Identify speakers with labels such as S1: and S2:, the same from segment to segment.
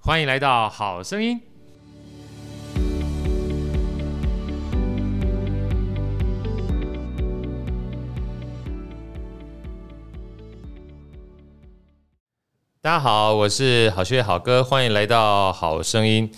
S1: 欢迎来到《好声音》。大家好，我是好学好哥，欢迎来到《好声音》。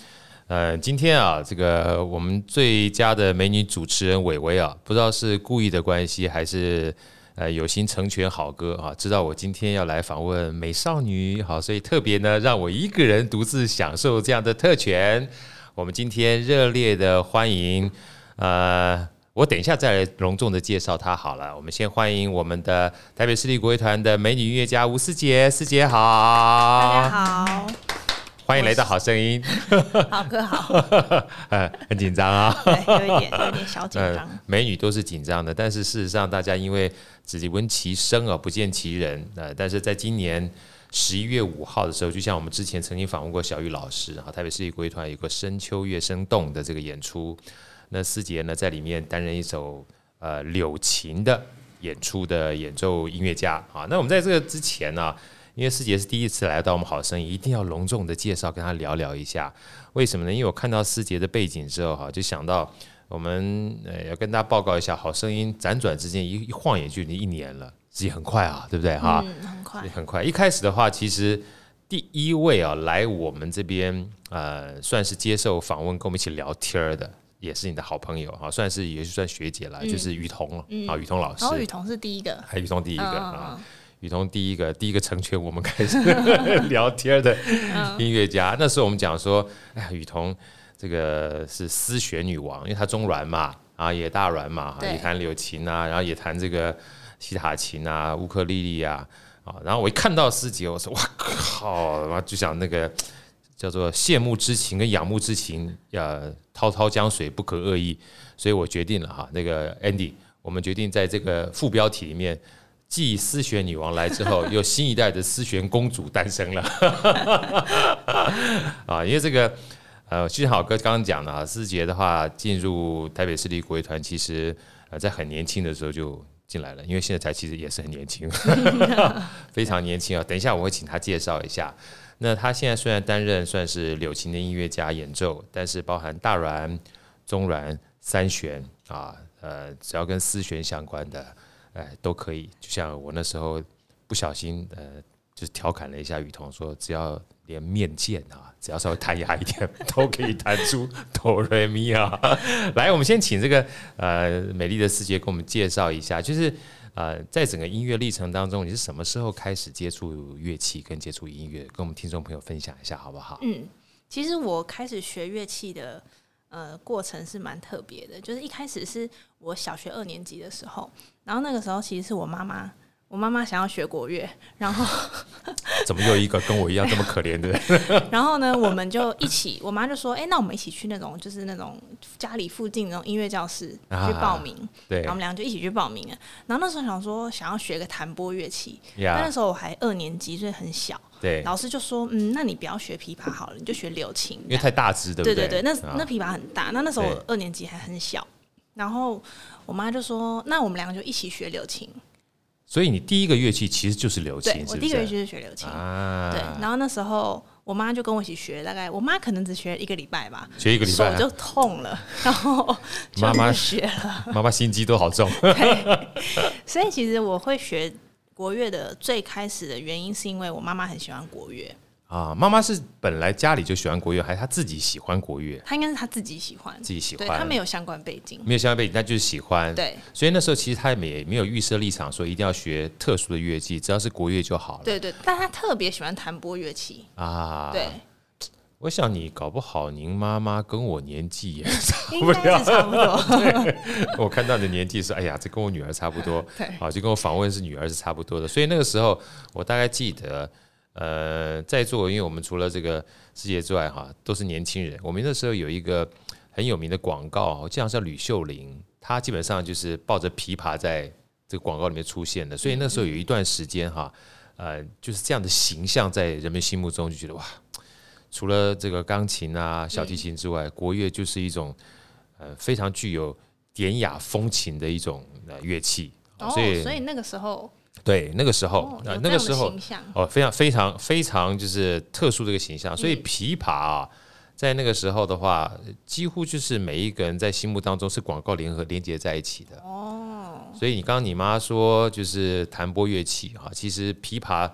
S1: 呃，今天啊，这个我们最佳的美女主持人伟伟啊，不知道是故意的关系，还是呃有心成全好哥啊，知道我今天要来访问美少女，好，所以特别呢让我一个人独自享受这样的特权。我们今天热烈的欢迎，呃，我等一下再来隆重的介绍她好了。我们先欢迎我们的台北市立国乐团的美女音乐家吴思杰，思杰好，
S2: 大家好，
S1: 欢迎来到好声音。
S2: 好哥 好，
S1: 呃，很紧张啊。
S2: 对，有一点有一点小紧张，
S1: 呃，美女都是紧张的，但是事实上，大家因为只闻其声而不见其人。呃，但是在今年十一月五号的时候，就像我们之前曾经访问过小玉老师啊，台北市立国乐团有个深秋月生动的这个演出，那思杰呢在里面担任一首呃柳琴的演出的演奏音乐家啊。那我们在这个之前呢、因为师姐是第一次来到我们好声音，一定要隆重的介绍，跟她聊聊一下。为什么呢？因为我看到师姐的背景之后，啊哈，就想到我们呃要跟大家报告一下，好声音辗转之间一一晃眼距离一年了，时间很快啊，对不对哈？
S2: 嗯，很快
S1: 也，很快。一开始的话，其实第一位啊来我们这边呃算是接受访问，跟我们一起聊天儿的，也是你的好朋友哈，算是也是算学姐了，就是雨桐了啊，雨桐老师
S2: 然后，雨桐是第一个，
S1: 还雨桐第一个
S2: 嗯
S1: 啊。雨桐第一个第一个成全我们开始 聊天的
S2: 嗯
S1: 音乐家，那时候我们讲说，哎呀，雨桐这个是丝弦女王，因为她中阮嘛，啊也大阮嘛，
S2: 对
S1: 也弹柳琴啊，然后也弹这个西塔琴啊、乌克丽丽啊，啊，然后我一看到师姐，我说哇靠，然后就想那个叫做羡慕之情跟仰慕之情，呃，滔滔江水不可遏意，所以我决定了哈，那个 Andy，我们决定在这个副标题里面。继丝弦女王来之后，又新一代的丝弦公主诞生了 啊！因为这个，呃，就像好哥刚刚讲的啊，思杰的话进入台北市立国乐团，其实呃在很年轻的时候就进来了，因为现在才其实也是很年轻， 非常年轻啊。等一下我会请他介绍一下。那他现在虽然担任算是柳琴的音乐家演奏，但是包含大阮、中阮、三弦啊，呃，只要跟丝弦相关的，哎、都可以。就像我那时候不小心，呃，就是调侃了一下雨桐，说只要连面键啊，只要稍微弹牙一点，都可以弹出哆瑞咪啊。 来，我们先请这个呃美丽的师姐给我们介绍一下，就是呃在整个音乐历程当中，你是什么时候开始接触乐器跟接触音乐，跟我们听众朋友分享一下好不 好？
S2: 嗯，其实我开始学乐器的呃过程是蛮特别的，就是一开始是我小学二年级的时候，然后那个时候其实是我妈妈，我妈妈想要学国乐，然后
S1: 怎么又一个跟我一样这么可怜的人？
S2: 然后呢，我们就一起，我妈就说，哎、那我们一起去那种就是那种家里附近那种音乐教室
S1: 啊
S2: 去报名，
S1: 对
S2: 然后我们俩就一起去报名了，然后那时候想说想要学个弹拨乐器，但那
S1: 呀，
S2: 时候我还二年级，所以很小。
S1: 啊对，
S2: 老师就说：“嗯，那你不要学琵琶好了，你就学柳琴。
S1: 因为太大只，对不
S2: 对”
S1: 对
S2: 对对，那
S1: 啊
S2: 那琵琶很大，那那时候
S1: 对
S2: 我二年级还很小。然后我妈就说：“那我们两个就一起学柳琴。
S1: 所以你第一个乐器其实就是柳琴，
S2: 对我
S1: 是不
S2: 第一个
S1: 是
S2: 月就是学柳琴。
S1: 啊，
S2: 对， 然后那时候我妈就跟我一起学，大概我妈可能只学一个礼拜吧，
S1: 学一个礼拜啊
S2: 手就痛了，然后就
S1: 妈妈
S2: 不学了。
S1: 妈妈心机都好重，
S2: 所以其实我会学国乐的最开始的原因，是因为我妈妈很喜欢国乐，
S1: 啊，妈妈是本来家里就喜欢国乐，还是她自己喜欢国乐，
S2: 她应该是她自己喜欢，
S1: 自己喜
S2: 对
S1: 欢，
S2: 她没有相关背景。
S1: 没有相关背景，但就是喜欢。，
S2: 对，
S1: 所以那时候其实她也没没有预设立场，说一定要学特殊的乐器，只要是国乐就好了。
S2: 对对，但他特别喜欢弹拨乐器。
S1: 啊，
S2: 对，，
S1: 我想你搞不好您妈妈跟我年纪也 差
S2: 应
S1: 不
S2: 该
S1: 了
S2: 是，差不多。
S1: 我看到你的年纪是，哎呀，这跟我女儿差不多，
S2: 对
S1: 好，就跟我访问是女儿是差不多的，所以那个时候我大概记得，呃，在座，因为我们除了这个师姐之外，哈，都是年轻人。我们那时候有一个很有名的广告，我记得好像叫吕秀玲，她基本上就是抱着琵琶在这个广告里面出现的，所以那时候有一段时间哈，呃，就是这样的形象在人们心目中就觉得哇，除了这个钢琴啊、小
S2: 嗯
S1: 提琴之外，国乐就是一种呃非常具有典雅风情的一种呃乐器，
S2: 哦，
S1: 所以
S2: 所以那个时候
S1: 对，那个时候
S2: 哦，
S1: 啊、那
S2: 有这
S1: 个
S2: 样
S1: 时
S2: 的
S1: 候
S2: 形象，
S1: 哦，非常非常非常就是特殊的一个形象，所以
S2: 嗯
S1: 琵琶啊，在那个时候的话，几乎就是每一个人在心目当中是广告联合连接在一起的。
S2: 哦，
S1: 所以你刚刚你妈说就是弹拨乐器哈，其实琵琶，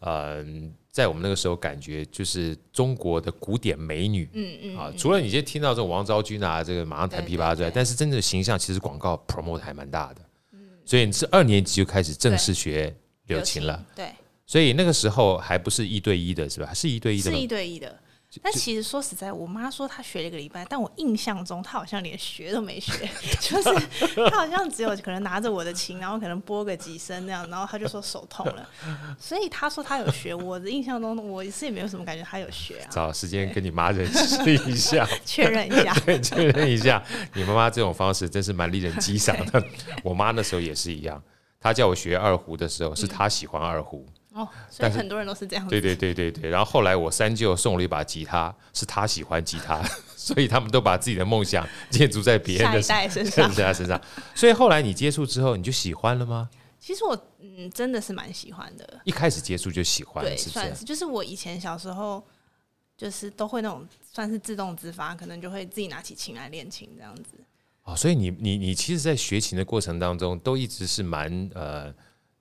S1: 呃，在我们那个时候感觉就是中国的古典美女。
S2: 嗯嗯
S1: 啊，
S2: 嗯
S1: 除了你今天听到这种王昭君啊，这个马上弹琵琶之
S2: 对对嗯
S1: 外
S2: 对，
S1: 但是真正的形象其实广告 promote 还蛮大的，所以你是二年级就开始正式学柳琴了，，
S2: 对，
S1: 所以那个时候还不是一对一的是吧？是一对一的
S2: 是
S1: 吗
S2: 一？对一的。但其实说实在，我妈说她学了一个礼拜，但我印象中她好像连学都没 学，就是她好像只有可能拿着我的琴，然后可能拨个几声那样，然后她就说手痛了。所以她说她有学，我的印象中我是也没有什么感觉她有学 啊，
S1: 找时间跟你妈认识一 下，
S2: 确认一下。
S1: 对，确认一下。你妈妈这种方式真是蛮令人激赏的。 我妈那时候也是一样，她叫我学二胡的时候，是她喜欢二 胡。
S2: 哦，所以
S1: 但是
S2: 很多人都是这样子。
S1: 对对对对对。然后后来我三舅送了一把吉他，是他喜欢吉他， 所以他们都把自己的梦想建筑在别人
S2: 下
S1: 的
S2: 一
S1: 身
S2: 代身 上
S1: 上，，在他身上。所以后来你接触之后，你就喜欢了吗？
S2: 其实我嗯真的是蛮喜欢的，
S1: 一开始接触就喜欢，
S2: 对，
S1: 是不
S2: 算
S1: 是？
S2: 是就是我以前小时候就是都会那种算是自动自发，可能就会自己拿起琴来练琴这样子。
S1: 哦，所以你你你其实，在学琴的过程当中，都一直是蛮呃，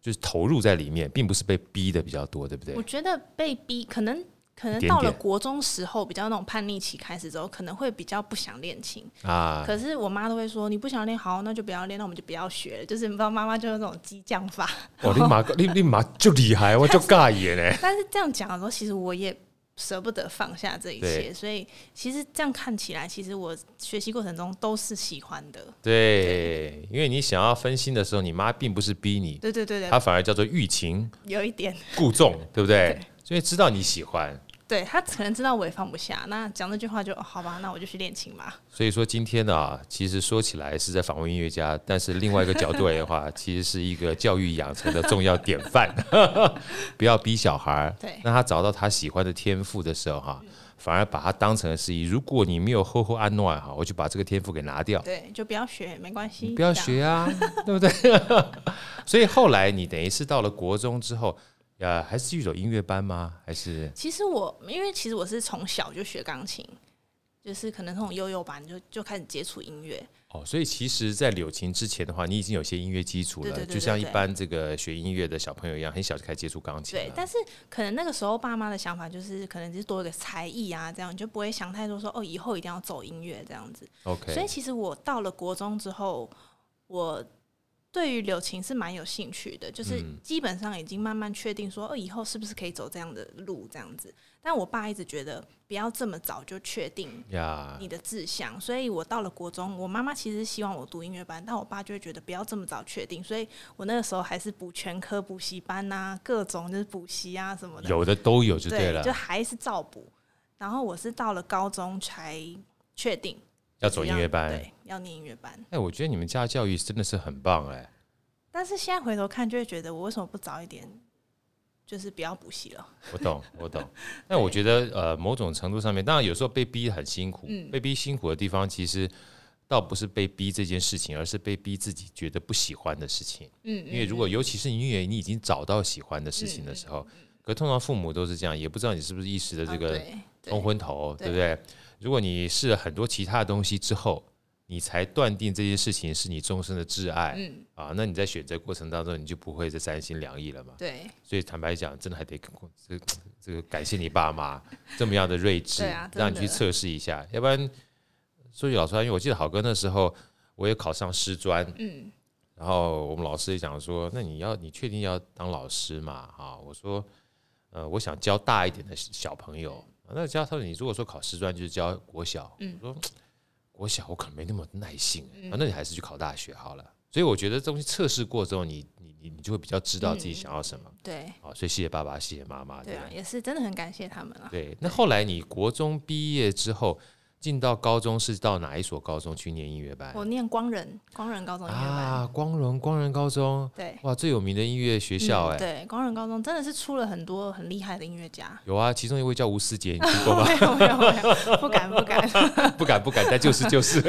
S1: 就是投入在里面，并不是被逼的比较多，对不对
S2: 我？觉得被逼，可能可能
S1: 一点
S2: 到了
S1: 点
S2: 国中时候，比较那种叛逆期开始之后，可能会比较不想练琴。
S1: 啊，
S2: 可是我妈都会说，你不想练，好，那就不要练，那我们就不要学 了。就是你知道，妈妈就是那种激将法。
S1: 哦，你马你你马就厉害，我就尬欸演嘞。
S2: 但是这样讲的时候，其实我也舍不得放下这一切，
S1: 对
S2: 所以其实这样看起来，其实我学习过程中都是喜欢的。
S1: 对，因为你想要分心的时候，你妈并不是逼你，
S2: 对对对对，
S1: 她反而叫做欲擒
S2: 有一点，
S1: 故纵，对不对？所以知道你喜欢，
S2: 对他可能知道我也放不下，那讲那句话就、哦好吧，那我就去练琴吧。
S1: 所以说今天呢、啊，其实说起来是在访问音乐家，但是另外一个角度来的 话，其实是一个教育养成的重要典范。 不要逼小孩儿，
S2: 对
S1: 让他找到他喜欢的天赋的时候哈、反而把他当成是一。如果你没有厚厚安暖哈，我就把这个天赋给拿掉。
S2: 对，就不要学，没关系，
S1: 不要
S2: 这样。
S1: 学啊，对不对？ 所以后来你等于是到了国中之后，呃，还是继续走音乐班吗？还是
S2: 其实我因为其实我是从小就学钢琴，就是可能从幼幼班就就开始接触音乐，
S1: 哦？所以其实，在柳琴之前的话，你已经有些音乐基础了，
S2: 对对对
S1: 就像一
S2: 对对
S1: 般这个学音乐的小朋友一样，很小就开始接触钢琴
S2: 对，
S1: 了。
S2: 但是可能那个时候爸妈的想法就是，可能就是多一个才艺啊，这样你就不会想太多说哦，以后一定要走音乐这样子。所以
S1: OK，
S2: 其实我到了国中之后，我对于柳琴是蛮有兴趣的，就是
S1: 嗯
S2: 基本上已经慢慢确定说，哦，以后是不是可以走这样的路这样子。但我爸一直觉得不要这么早就确定
S1: 呀，
S2: 你的志向，所以我到了国中，我妈妈其实希望我读音乐班，但我爸就会觉得不要这么早确定，所以我那个时候还是补全科补习班呐、各种就是补习啊什么的，
S1: 有的都有就对了，
S2: 就还是照补。然后我是到了高中才确定
S1: 要走音乐班。
S2: 对，要念音乐班。
S1: 哎，我觉得你们家教育真的是很棒哎。
S2: 但是现在回头看，就会觉得我为什么不早一点，就是不要补习了？
S1: 我懂，我 懂。但我觉得，呃，某种程度上面，当然有时候被逼很辛苦，
S2: 嗯
S1: 被逼辛苦的地方，其实倒不是被逼这件事情，而是被逼自己觉得不喜欢的事情。
S2: 嗯，
S1: 因为如果尤其是音乐，你已经找到喜欢的事情的时候，可通常父母都是这样，也不知道你是不是一时的
S2: 嗯
S1: 这
S2: 啊
S1: 个
S2: 对
S1: 冲昏头，
S2: 对
S1: 对不对？如果你试了很多其他的东西之后，你才断定这件事情是你终身的挚爱、
S2: 嗯
S1: 啊，那你在选择过程当中，你就不会再三心两意了嘛。
S2: 对
S1: 所以坦白讲，真的还得这这个感谢你爸 妈这么样的睿智，
S2: 对啊真的
S1: 让你去测试一下，要不然说句老实话，因为我记得好哥那时候我也考上师专，
S2: 嗯
S1: 然后我们老师也讲说，那你要你确定要当老师嘛？啊，我说，呃，我想教大一点的小朋友。啊那教他说，你如果说考师专就是教国小，
S2: 嗯
S1: 我说国小我可能没那么耐性、啊，那你还是去考大学好了。所以我觉得东西测试过之后，你你你你就会比较知道自己想要什么。
S2: 对
S1: 啊，所以谢谢爸爸，谢谢妈妈，
S2: 嗯对
S1: 对
S2: 啊
S1: 不，对？
S2: 也是真的很感谢他们啊。
S1: 对。那后来你国中毕业之后，进到高中是到哪一所高中去念音乐班？
S2: 我念光仁光仁高中音乐班，
S1: 啊，光荣光仁高中，
S2: 对
S1: 哇，最有名的音乐学校哎、
S2: 嗯对光仁高中真的是出了很多很厉害的音乐 家。
S1: 有啊，其中一位叫吴思杰，你听过吗？
S2: 没有没有没有， 不敢不敢。
S1: 不敢不敢，但就是就是。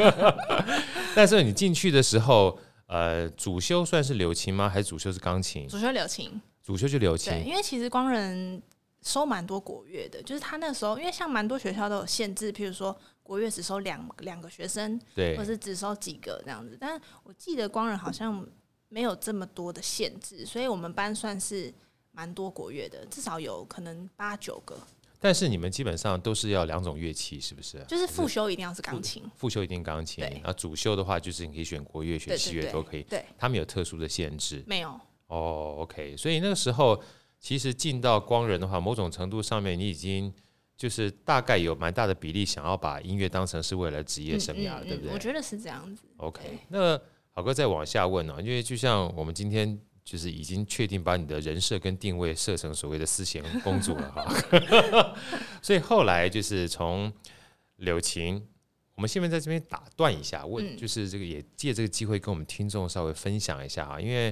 S1: 但是你进去的时候，呃，主修算是柳琴吗？还是主修是钢琴？
S2: 主修柳琴，
S1: 主修就柳
S2: 对，
S1: 琴，
S2: 因为其实光仁收蛮多国乐的，就是他那时候，因为像蛮多学校都有限制，譬如说国乐只收两两个学生，
S1: 对
S2: 或者是只收几个这样子。但我记得光仁好像没有这么多的限制，所以我们班算是蛮多国乐的，至少有可能八九个。
S1: 但是你们基本上都是要两种乐器，是不是？
S2: 就是复修一定要是钢琴，
S1: 副修一定钢琴，
S2: 对
S1: 然后主修的话就是你可以选国乐、选
S2: 对
S1: 西
S2: 对
S1: 乐
S2: 对
S1: 都可以，
S2: 对，
S1: 他们有特殊的限制。
S2: 没有，
S1: 哦，OK，所以那个时候其实进到光仁的话，某种程度上面你已经就是大概有蛮大的比例想要把音乐当成是未来职业生涯了，对不
S2: 嗯我
S1: 对
S2: 觉得是这样子。
S1: ？OK，
S2: 对
S1: 那好哥再往下问哦，因为就像我们今天。就是已经确定把你的人设跟定位设成所谓的思贤公主了哈， 所以后来就是从柳琴，我们现在在这边打断一下，问
S2: 嗯
S1: 就是这个也借这个机会跟我们听众稍微分享一下啊，因为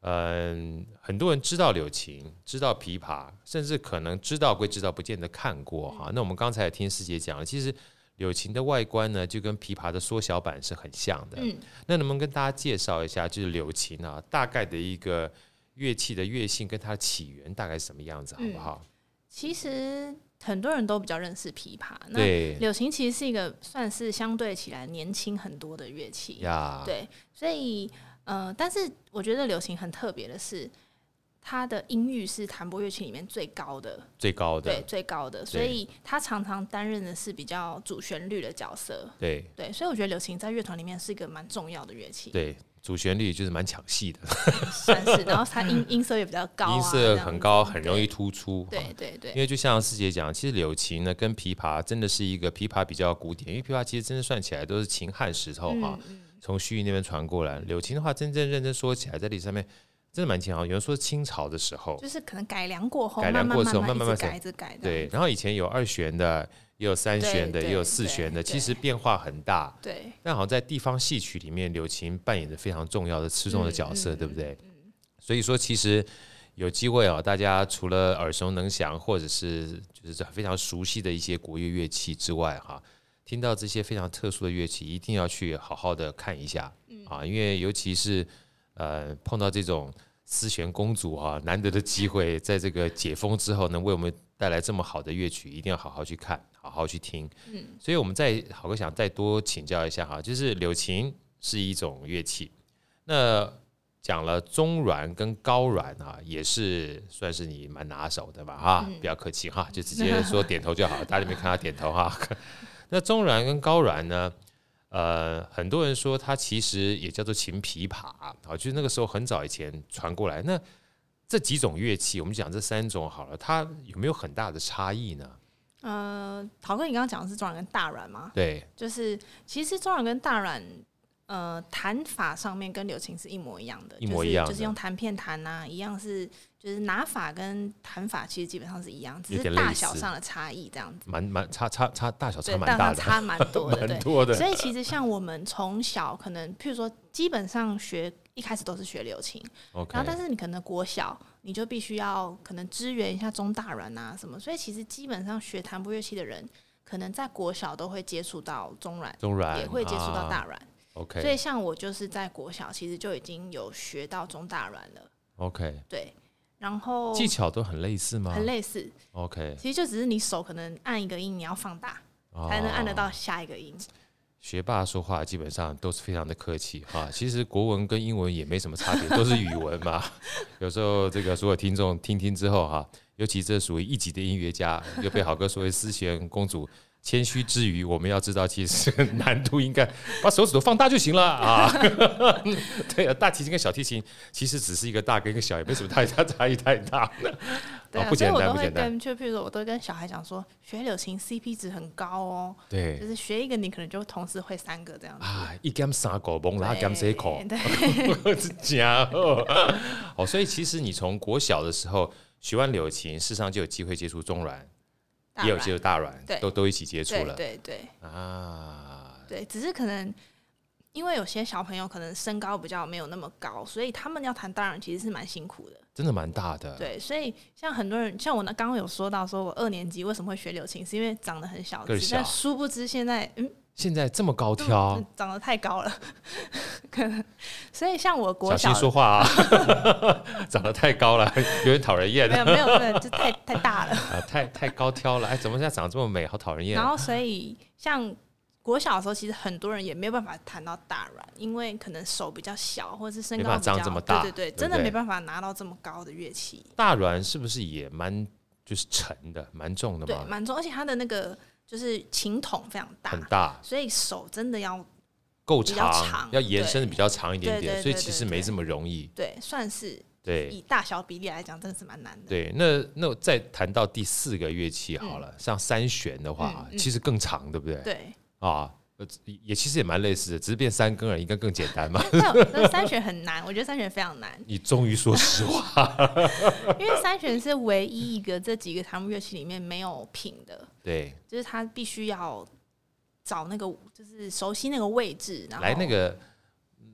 S1: 嗯，很多人知道柳琴，知道琵琶，甚至可能知道归知道，不见得看过
S2: 嗯
S1: 哈。那我们刚才也听师姐讲了，其实柳琴的外观呢，就跟琵琶的缩小版是很像的。
S2: 嗯，
S1: 那能不能跟大家介绍一下，就是柳琴啊，大概的一个乐器的乐性跟它的起源大概是什么样子，好
S2: 嗯
S1: 不好？
S2: 其实很多人都比较认识琵琶，那
S1: 对
S2: 柳琴其实是一个算是相对起来年轻很多的乐器。
S1: 呀，
S2: 对，所以呃，但是我觉得柳琴很特别的是，它的音域是弹拨乐器里面最高的，
S1: 最高
S2: 对，
S1: 的，
S2: 最高的，所以它常常担任的是比较主旋律的角色。
S1: 对
S2: 对，所以我觉得柳琴在乐团里面是一个蛮重要的乐器，
S1: 对，主旋律就是蛮抢戏的，
S2: 算是。然后它音音色也比较高、啊，
S1: 音
S2: 这
S1: 色
S2: 样
S1: 很
S2: 子
S1: 高，很容易
S2: 对
S1: 突出。哈
S2: 对对对
S1: 因为就像师姐讲，其实柳琴呢跟琵琶真的是一个琵琶比较古典，因为琵琶其实真的算起来都是秦汉石头哈，
S2: 嗯
S1: 从西域那边传过来。柳琴的话，真正认真说起来，在历史上面真的蛮秦好，有人说清朝的时候，
S2: 就是可能改良过后，
S1: 改良过之后
S2: 慢
S1: 慢慢
S2: 慢
S1: 慢
S2: 一直改，一直改这
S1: 对
S2: 样，
S1: 然后以前有二弦的，也有三弦的，
S2: 对
S1: 也有四弦的，
S2: 对
S1: 其
S2: 对
S1: 实变化很大。
S2: 对
S1: 但好像在地方戏曲里面，柳琴扮演着非常重要的吃重的角色，
S2: 嗯嗯
S1: 对不对？所以说，其实有机会啊，大家除了耳熟能详，或者是就是非常熟悉的一些国乐乐器之外，哈，听到这些非常特殊的乐器，一定要去好好的看一下
S2: 嗯
S1: 啊，因为尤其是呃碰到这种丝弦公主啊，难得的机会，在这个解封之后，能为我们带来这么好的乐曲，一定要好好去看，好好去听。嗯，所以我们再好哥想再多请教一下哈，就是柳琴是一种乐器，那讲了中阮跟高阮啊，也是算是你蛮拿手的吧哈，不要客气哈，就直接说点头就好，大家没看他点头哈。 那中阮跟高阮呢？呃，很多人说它其实也叫做琴琵琶啊，就是那个时候很早以前传过来。那这几种乐器，我们讲这三种好了，它有没有很大的差异呢？
S2: 呃，陶哥，你刚刚讲的是中阮跟大阮吗？
S1: 对，
S2: 就是其实中阮跟大阮，呃，弹法上面跟柳琴是一模一样的，
S1: 一模一样的
S2: 就是，就是用弹片弹啊，一样是就是拿法跟弹法其实基本上是一样，只
S1: 有
S2: 是
S1: 点
S2: 大
S1: 类似
S2: 小上的差异这样子。
S1: 蛮蛮差差差大小差
S2: 对，
S1: 蛮
S2: 但
S1: 大
S2: 它
S1: 的，
S2: 差蛮多 的，
S1: 蛮
S2: 对。
S1: 多的。
S2: 所以其实像我们从小可能，譬如说，基本上学一开始都是学柳琴，
S1: OK，
S2: 然后但是你可能国小你就必须要可能支援一下中大人啊什么，所以其实基本上学弹拨乐器的人，可能在国小都会接触到中阮，
S1: 中阮
S2: 也会接触到
S1: 啊
S2: 大阮。所
S1: OK
S2: 以像我就是在国小其实就已经有学到中大阮了，
S1: OK，
S2: 对，然后
S1: 技巧都很类似吗？
S2: 很类似，
S1: OK，
S2: 其实就只是你手可能按一个音你要放大才能按得
S1: 哦
S2: 到下一个音，
S1: 学霸说话基本上都是非常的客气哈、其实国文跟英文也没什么差别，都是语文嘛。有时候这个所有听众听听之后哈、尤其这属于一级的音乐家，又被好哥所谓思贤公主。谦虚之余，我们要知道，其实难度应该把手指头放大就行了啊。 对啊，大提琴跟小提琴其实只是一个大跟一个小，也没什么太大差异太大。
S2: 对
S1: 哦
S2: 啊，
S1: 不
S2: 所以
S1: 简
S2: 我
S1: 单
S2: 都
S1: 不
S2: 会
S1: 简单
S2: 跟就譬如说我都会跟小孩讲说，学柳琴 CP 值很高哦，
S1: 对
S2: 就是学一个你可能就同时会三个这样子。
S1: 啊，一减三个，蒙拉
S2: 对
S1: 减四口。
S2: 对，
S1: 是假哦。哦，所以其实你从国小的时候学完柳琴，事实上就有机会接触中阮，
S2: 大
S1: 也有
S2: 软
S1: 接触大阮，
S2: 对
S1: 都都一起接触
S2: 对
S1: 了
S2: 对对
S1: 啊。
S2: 对，只是可能因为有些小朋友可能身高比较没有那么高，所以他们要弹大人其实是蛮辛苦的。
S1: 真的蛮大的，
S2: 对，所以像很多人，像我那刚刚有说到，说我二年级为什么会学柳琴，是因为长得很小
S1: 个
S2: 只
S1: 儿，小
S2: 但殊不知现在嗯嗯
S1: 现在这么高挑，
S2: 长得太高了，可能所以像我国
S1: 小
S2: 小
S1: 心说话啊，长得太高了， 有点讨人厌
S2: 没有
S1: 啊，
S2: 没有没有，就太太大 了。
S1: 太太高挑了，哎，怎么现在长得这么美，好讨人厌
S2: 然
S1: 啊。
S2: 后所以像国小的时候，其实很多人也没有办法谈到大软，因为可能手比较小，或者是身
S1: 没
S2: 高
S1: 办法
S2: 比较
S1: 长这么大
S2: 对对
S1: 对不
S2: 对，真的
S1: 对
S2: 没办法拿到这么高的乐器，
S1: 大阮是不是也蛮就是沉的，蛮重的
S2: 对，
S1: 嘛，
S2: 蛮重，而且它的那个就是琴筒非常大
S1: 很，大，
S2: 所以手真的要
S1: 够
S2: 比较
S1: 长
S2: 长，
S1: 要延伸的比较长一点
S2: 对
S1: 点，
S2: 对
S1: 所以
S2: 对
S1: 其
S2: 对
S1: 实没这么容易。
S2: 对算是
S1: 对
S2: 以大小比例来讲，真的是蛮难的。
S1: 对，那那我再谈到第四个乐器好了，像三弦的话，
S2: 嗯嗯嗯
S1: 其实更长，对不对？
S2: 对，
S1: 啊，呃也其实也蛮类似的，只是变三根而已，应该更简单嘛。
S2: 那那三弦很难，我觉得三弦非常难，
S1: 你终于说实话，
S2: 因为三弦是唯一一个这几个弹幕乐器里面没有品的，
S1: 对，
S2: 就是它必须要找那个就是熟悉那个位置，然后
S1: 来那个，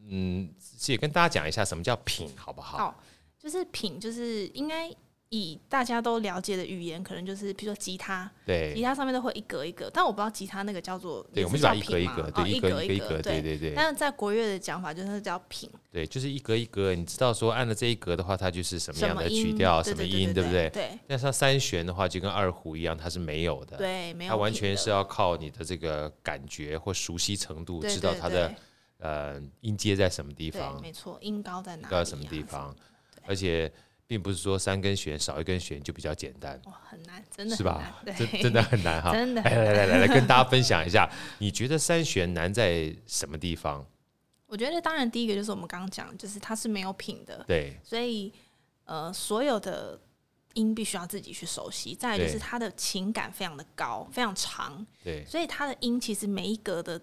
S1: 嗯，也跟大家讲一下什么叫品，好不好？
S2: 哦，就是品，就是应该以大家都了解的语言，可能就是比如说吉他，吉
S1: 对，
S2: 他上面都会一格一格，但我不知道吉他那个叫做，
S1: 对，
S2: 也
S1: 我
S2: 是
S1: 们就把
S2: 叫
S1: 一格
S2: 品
S1: 一格，
S2: 吗哦
S1: 对，
S2: 一
S1: 格
S2: 格
S1: 一
S2: 一
S1: 格
S2: 格，
S1: 对对对
S2: 但是在国乐的讲法就是叫品，
S1: 对，就是一格一格，你知道说按了这一格的话，它就是什么
S2: 什
S1: 样
S2: 么
S1: 的曲
S2: 音
S1: 调，
S2: 对
S1: 什么
S2: 对
S1: 音，
S2: 对
S1: 不
S2: 对
S1: 对？
S2: 对
S1: 但是它三弦的话，就跟二胡一样，它是没有的，
S2: 对，没有
S1: 它完
S2: 品
S1: 全
S2: 的
S1: 是要靠你的这个感觉或熟悉程度，
S2: 对
S1: 知道
S2: 对
S1: 它的
S2: 对
S1: 呃音阶在什么地
S2: 对，
S1: 方，
S2: 没错，音高在哪里、
S1: 到
S2: 啊？
S1: 什么地方
S2: 什么？，
S1: 而且并不是说三根弦少一根弦就比较简单，
S2: 哇，很难，真的
S1: 是
S2: 很难
S1: 吧？
S2: 对，
S1: 真 真的很难哈。
S2: 真的
S1: 来
S2: 很
S1: 来来来来，跟大家分享一下，你觉得三弦难在什么地方？
S2: 我觉得当然第一个就是我们刚刚讲，就是它是没有品的，
S1: 对
S2: 所以呃，所有的音必须要自己去熟悉。再来就
S1: 对
S2: 是它的情感非常的高，非常长，
S1: 对
S2: 所以它的音其实每一格的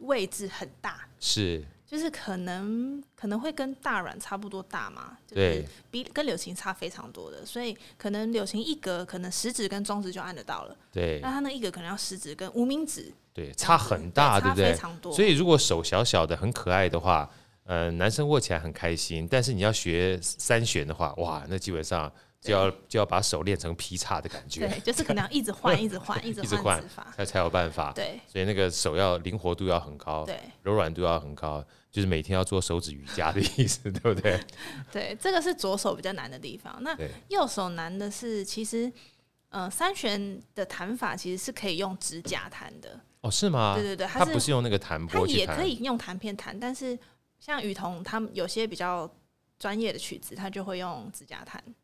S2: 位置很大，
S1: 是，
S2: 就是可能可能会跟大阮差不多大嘛，就是
S1: 对
S2: 比跟柳琴差非常多的，所以可能柳琴一格可能食指跟中指就按得到了，
S1: 对
S2: 那它那一格可能要食指跟无名指，
S1: 对，差很大，啊对
S2: 差
S1: 不对
S2: 非？常多，
S1: 所以如果手小小的很可爱的话，呃，男生握起来很开心，但是你要学三弦的话，哇，那基本上就要就要把手练成劈叉的感觉，
S2: 对，就是可能要一直换，一 直换，一直
S1: 一直换啊
S2: 指 法，
S1: 才才有办法。
S2: 对
S1: 所以那个手要灵活度要很高，
S2: 对
S1: 柔软度要很高，就是每天要做手指瑜伽的意思，对不 对？
S2: 对，这个是左手比较难的地方。那
S1: 对
S2: 右手难的是，其实呃，三弦的弹法其实是可以用指甲弹的，
S1: 哦，是吗？
S2: 对对对它
S1: 它
S2: 是
S1: 不是用那个弹
S2: 它
S1: 拨去
S2: 也
S1: 弹，
S2: 可以用弹片弹，但是像雨桐他们有些比较专业的曲子，他就会用指甲弹，就是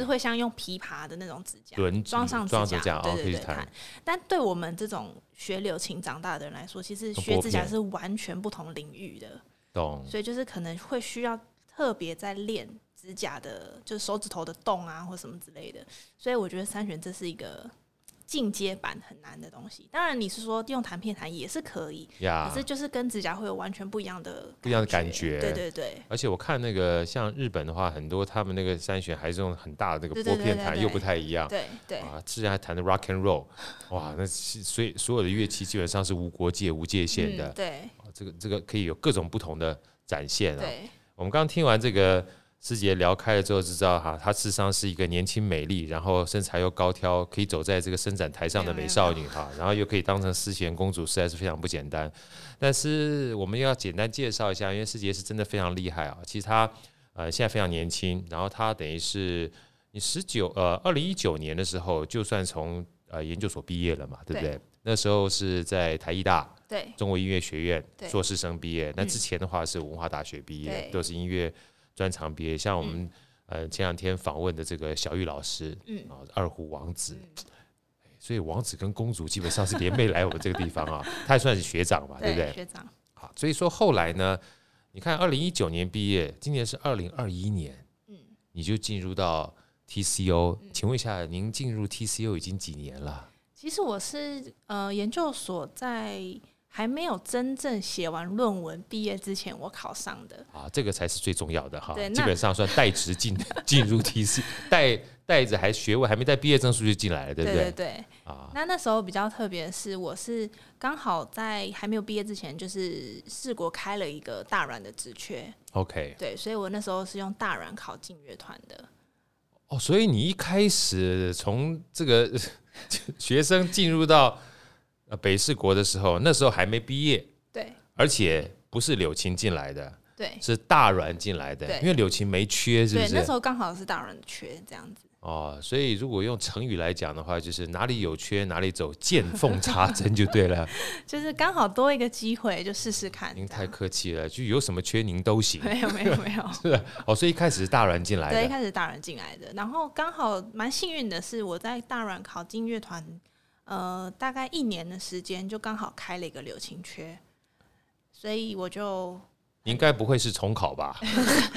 S1: ，OK，
S2: 会像用琵琶的那种指甲。
S1: 轮
S2: 装上
S1: 装
S2: 指
S1: 指甲，
S2: 甲，
S1: 哦，
S2: 对
S1: 可以
S2: 对
S1: 去
S2: 对，
S1: 弹
S2: 弹。。但对我们这种学柳琴长大的人来说，其实学
S1: 拨
S2: 指甲
S1: 片
S2: 是完全不同领域的。
S1: 懂，
S2: 所以就是可能会需要特别在练指甲的，就是手指头的动啊，或什么之类的。所以我觉得三弦这是一个进阶版很难的东西。当然你是说用弹片弹也是可以，
S1: 呀
S2: 可是就是跟指甲会有完全不一样的
S1: 啊不一样的感觉
S2: 对对对
S1: 而且我看那个像日本的话，很多他们那个三弦还是用很大的那个
S2: 对
S1: 拨
S2: 对
S1: 片
S2: 对对
S1: 弹，
S2: 对
S1: 又不太一样。
S2: 对对
S1: 啊，之前还弹的 rock and roll，哇，那是所以所有的乐器基本上是无国界、无界限的
S2: 嗯、，对
S1: 啊这个这个可以有各种不同的展现啊。
S2: 对
S1: 我们刚刚听完这个师姐聊开了之后，就知道哈，她事实上是一个年轻美丽，然后身材又高挑，可以走在这个伸展台上的美少女哈，然后又可以当成诗贤公主，实在是非常不简单。但是我们要简单介绍一下，因为师姐是真的非常厉害啊，其实她呃现在非常年轻，然后她等于是你十九呃二零一九年的时候，就算从呃研究所毕业了嘛，对不对？
S2: 对
S1: 那时候是在台艺大，
S2: 对
S1: 中国音乐学院
S2: 对嗯
S1: 硕士生毕业，那之前的话是文化大学毕业，
S2: 对
S1: 都是音乐专长毕业。像我们、呃前两天访问的这个小玉老师，
S2: 嗯
S1: 啊，二胡王子。哎所以王子跟公主基本上是联袂来我们这个地 方啊，他也算是学长嘛，对不对？
S2: 学长
S1: 好，所以说后来呢，你看二零一九年毕业，今年是二零二一年，
S2: 嗯
S1: 你就进入到 TCO，、请问一下，您进入 TCO 已经几年了？
S2: 其实我是呃研究所在还没有真正写完论文毕业之前，我考上的。
S1: 啊，这个才是最重要的哈
S2: 对。那
S1: 基本上算带职进 进入 TC，带带着还学位还没带毕业证书就进来了，对不
S2: 对
S1: 对？
S2: 对，
S1: 啊，
S2: 那那时候比较特别的是，我是刚好在还没有毕业之前，就是世国开了一个大软的职缺，
S1: OK，
S2: 对，所以我那时候是用大软考进乐团的，
S1: 哦，所以你一开始从这个 学生进入到呃北市国的时候，那时候还没毕业，
S2: 对
S1: 而且不是柳青进来的，
S2: 对
S1: 是大阮进来的
S2: 对，
S1: 因为柳琴没缺，是不
S2: 对，那
S1: 是
S2: 时？候刚好是大人缺这样子，
S1: 哦，所以如果用成语来讲的话，就是哪里有缺哪里走，见缝插针就对了。
S2: 就是刚好多一个机会就试试看。
S1: 您
S2: 这
S1: 太
S2: 样
S1: 客气了，就有什么缺您都行。
S2: 没有没有没有，
S1: 哦，所以一开始是大阮进来
S2: 对，一
S1: 的，
S2: 开始大人进来的，然后刚好蛮幸运的是，我在大软考进乐团，呃，大概一年的时间就刚好开了一个柳琴缺，所以我就
S1: 你应该不会是重考吧？